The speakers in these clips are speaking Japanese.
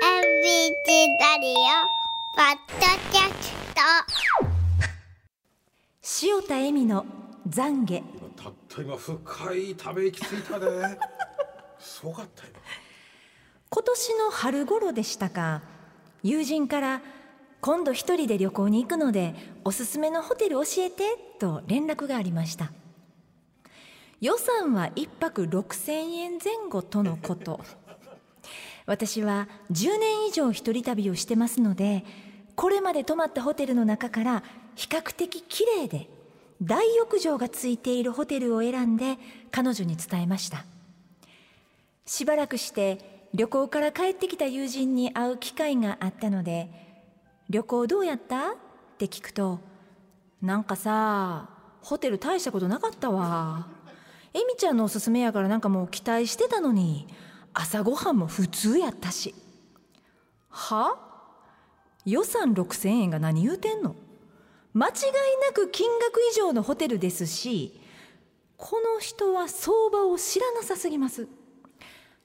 チラリオポッドキャスト塩田恵美の懺悔たった今深いため息ついたねすごかったよ今年の春頃でしたか友人から今度一人で旅行に行くのでおすすめのホテル教えてと連絡がありました予算は1泊6000円前後とのこと私は10年以上一人旅をしてますのでこれまで泊まったホテルの中から比較的綺麗で大浴場がついているホテルを選んで彼女に伝えましたしばらくして旅行から帰ってきた友人に会う機会があったので「旅行どうやった?」って聞くと「なんかさホテル大したことなかったわ」「エミちゃんのおすすめやからなんかもう期待してたのに朝ごはんも普通やったし」は予算6000円が何言うてんの間違いなく金額以上のホテルですしこの人は相場を知らなさすぎます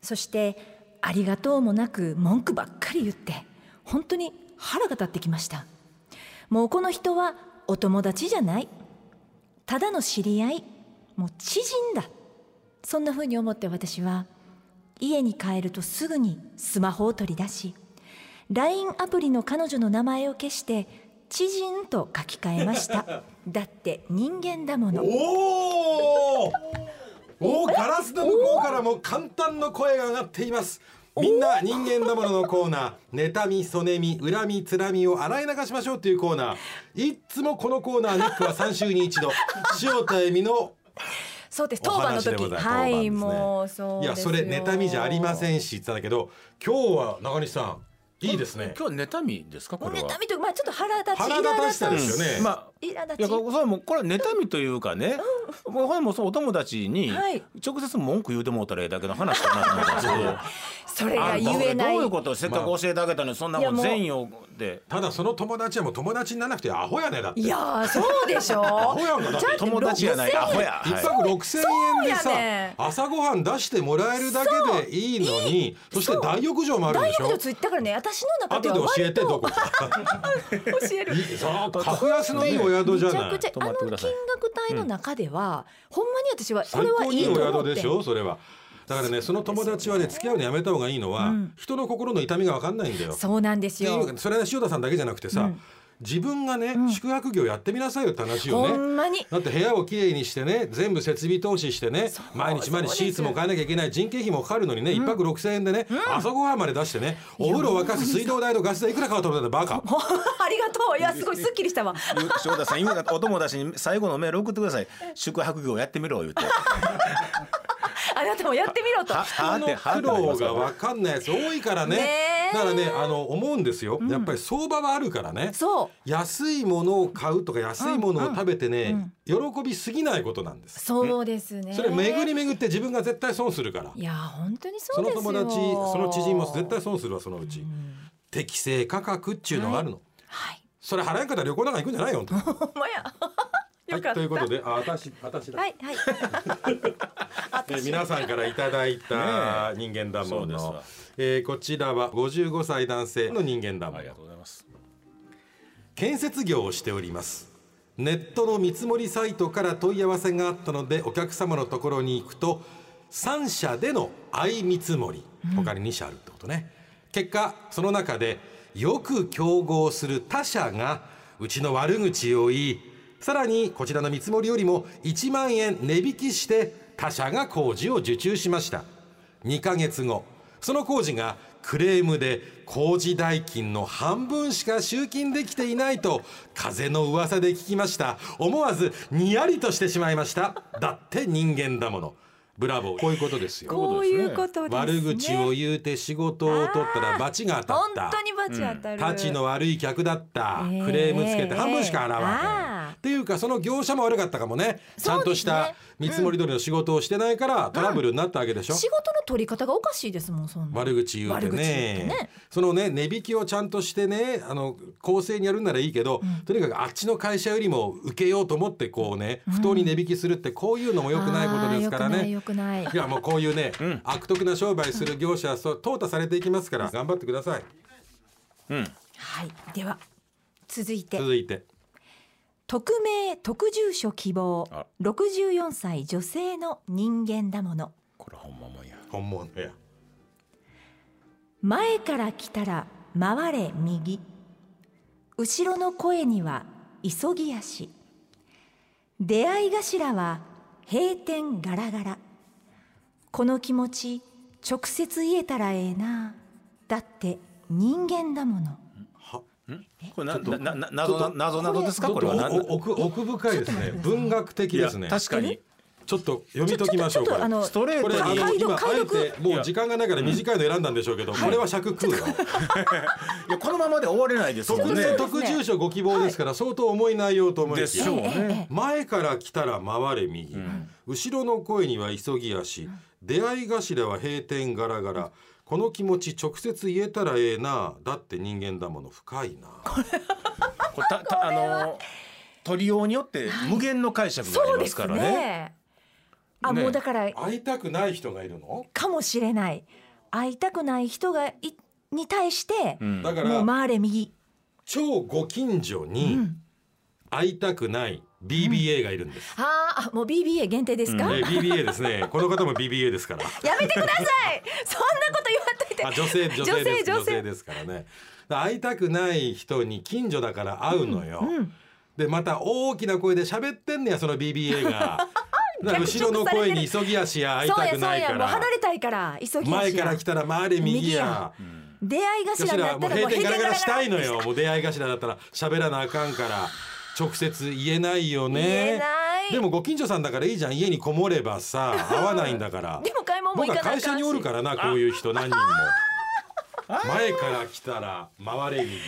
そしてありがとうもなく文句ばっかり言って本当に腹が立ってきましたもうこの人はお友達じゃないただの知り合いもう知人だそんな風に思って私は家に帰るとすぐにスマホを取り出し LINE アプリの彼女の名前を消して知人と書き換えましただって人間だものおおおーガラスの向こうからも簡単の声が上がっていますみんな人間だもののコーナー妬みそねみ恨みつらみを洗い流しましょうというコーナーいっつもこのコーナーネックは3週に一度塩田恵美のそうですお当番の話で時ございますは当番いですねもうそういやそれ妬みじゃありまんせんしって言ってたけど今日は中西さんいいですね今日は妬みですかこれは。妬みというかまあちょっと腹立ち腹立たしさ苛で立すよね、うんまあち苛立いちやこれそれはもうこれは妬みというかね、もうほんもそうお友達にはい直接文句言うてもうたらええだけの話かなと思ったんですけどそれが言えあんたないどういうことせっかく教えてあげたのにそんないやもんもう善意をでただその友達はもう友達にならなくてアホやねだっていやーそうでしょホやんかだってちゃんと友達やない6000アホや、一は泊六千円でさ、そうやね朝ごはん出してもらえるだけでいいのに、そして大浴場もあるん大でし浴場ょ。ついたからね私の中で後はで教え割てとどこか。教える いいそう格安のいいお宿めじゃちゃないくちゃ。泊あまのってく金ださい額帯の中では、ほんまに私はこ最れは高いにいいいとお思っ宿てでしょ。それは。だからねその友達はね付き合うのやめた方がいいのは、うん人の心の痛みがわかんないんだよ。そうなんですってよいうそれは塩田さんだけじゃなくてさ、うん自分がね、宿泊業やってみなさいよって話ほをね。んまに だって部屋をきれいにしてね全部設備投資してねう毎日毎日そうシでーすツも買えなきゃいけない人件費もかかるのにね、一泊6,000円でね、朝ごはんまで出してねお風呂沸かす水道代とガス代いくら買うと思ったんだバカほんありがとういやすごいすっきりしたわい、翔太さん今からお友達に最後のメール送ってください宿泊業やってみろ言うてあなたもやってみろとははーってはー苦ってなりま労すかがら分かんないやつ多いからねねえだからねあの思うんですよ、やっぱり相場はあるからねそう安いものを買うとか安いものを食べてね、喜びすぎないことなんです、そうですねそれ巡り巡って自分が絶対損するからいや本当にそそうのですよ友達その知人も絶対損するわそのうち、適正価格っちゅうのがあるの、はいそれ払えんかったら旅行なんか行くんじゃないよ本当にほんまやよかはいったということであ私私だ、はい はいえー皆さんからいただいた人間だもそうですの、わえーこちらは55歳男性の人間だもあのりがとうございます建設業をしておりますネットの見積もりサイトから問い合わせがあったのでお客様のところに行くと3社での相見積もり他に2社あるってことね、結果その中でよく競合する他社がうちの悪口を言いさらにこちらの見積もりよりも1万円値引きして他社が工事を受注しました2ヶ月後その工事がクレームで工事代金の半分しか集金できていないと風の噂で聞きました思わずにやりとしてしまいましただって人間だものブラボーこういうことですよこういうことですね悪口を言うて仕事を取ったら罰が当本たった当にバチ当たる、立ちの悪い客だった、ええクレームつけて半分しか払あわへんあっていうかその業者も悪かったかもねちゃんとしそうですたね見積もり通りの仕事をしてないから、トラブルになったわけでしょ、仕事の取り方がおかしいですもんそんな悪口言うてね悪口言ってねそのね値引きをちゃんとしてねあの公正にやるんならいいけど、とにかくあっちの会社よりも受けようと思ってこうね不当に値引きするってこういうのも良くないことですからね。あー良くない良くないやもうこういうね、悪徳な商売する業者はそう淘汰されていきますから頑張ってください。うん。はいでは続いて続いて匿名特住所希望あ64歳女性の人間だものこれほんまもんや。本物や前から来たら回れ右後ろの声には急ぎ足出会い頭は閉店ガラガラこの気持ち直接言えたらええなだって人間だものはこれなちょっとなな謎な謎謎ですかちょっことれはなおお奥奥深いですね文学的ですねいや確かにちょっと読み解きましょうちょっとちょっとこれあのストレーこれトあにの解読今あ解え読てもう時間がないから短いの選んだんでしょうけどこれは尺食うよいやこのままで終われないですもん特ねね。特住所ご希望ですから相当重い内容と思いできしやょうね。前から来たら回れ右、後ろの声には急ぎ足、出会い頭は閉店ガラガラ、この気持ち直接言えたらええなだって人間だもの深いなこれたたあの取りようによって無限の解釈がありますからね。あねもうだから会いたくない人がいるの、かもしれない会いたくない人がいに対して、うんだかもうら回れ右超ご近所に会いたくない BBA がいるんです、あーあもう BBA 限定ですか、えー BBA です ねこの方も BBA ですからやめてください そんなこと言わんといてあ女性女性です女性女性ですからね会いたくない人に近所だから会うのよ、うんでまた大きな声で喋ってんねやその BBA がだか逆ら後ろの色されて声るに急ぎ足や会いそうたやくそなういやかもうら離れたいから急ぎ前から来たたら回れ右右やや出会いそし頭たにらなっもたうらも閉う店ガラガラしたいの閉店よもう出会い頭だったら喋らなあかんから直接言えないよね言えないでもご近所さんだからいいじゃん家にこもればさ会わないんだからガラガラでも買い物も僕行はかない会社におるからなこういう人何 人も前から来たら回れ右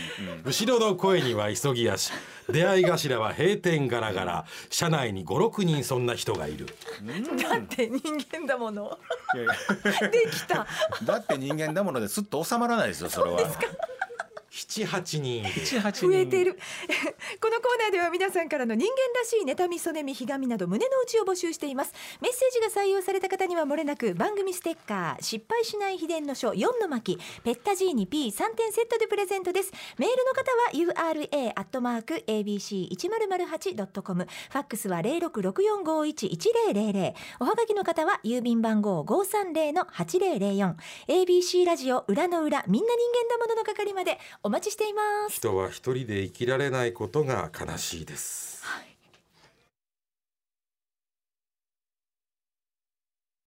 後ろの声には急ぎ足出会い頭は閉店ガラガラ社内に56人そんな人がいるだって人間だもの いやいやできただって人間だものですっと収まらないですよそれは。 78人いる七八人増えている このコーナーでは皆さんからの人間らしい妬みそねみひがみなど胸の内を募集していますメッセージが採用された方にはもれなく番組ステッカー失敗しない秘伝の書4の巻ペッタジーニ P3 点セットでプレゼントですメールの方は ura アットマーク abc1008.com ファックスは0664511000おはがきの方は郵便番号530-8004 ABC ラジオ裏の裏みんな人間だものの係までお待ちしています人は一人で生きられないことが悲しいですはい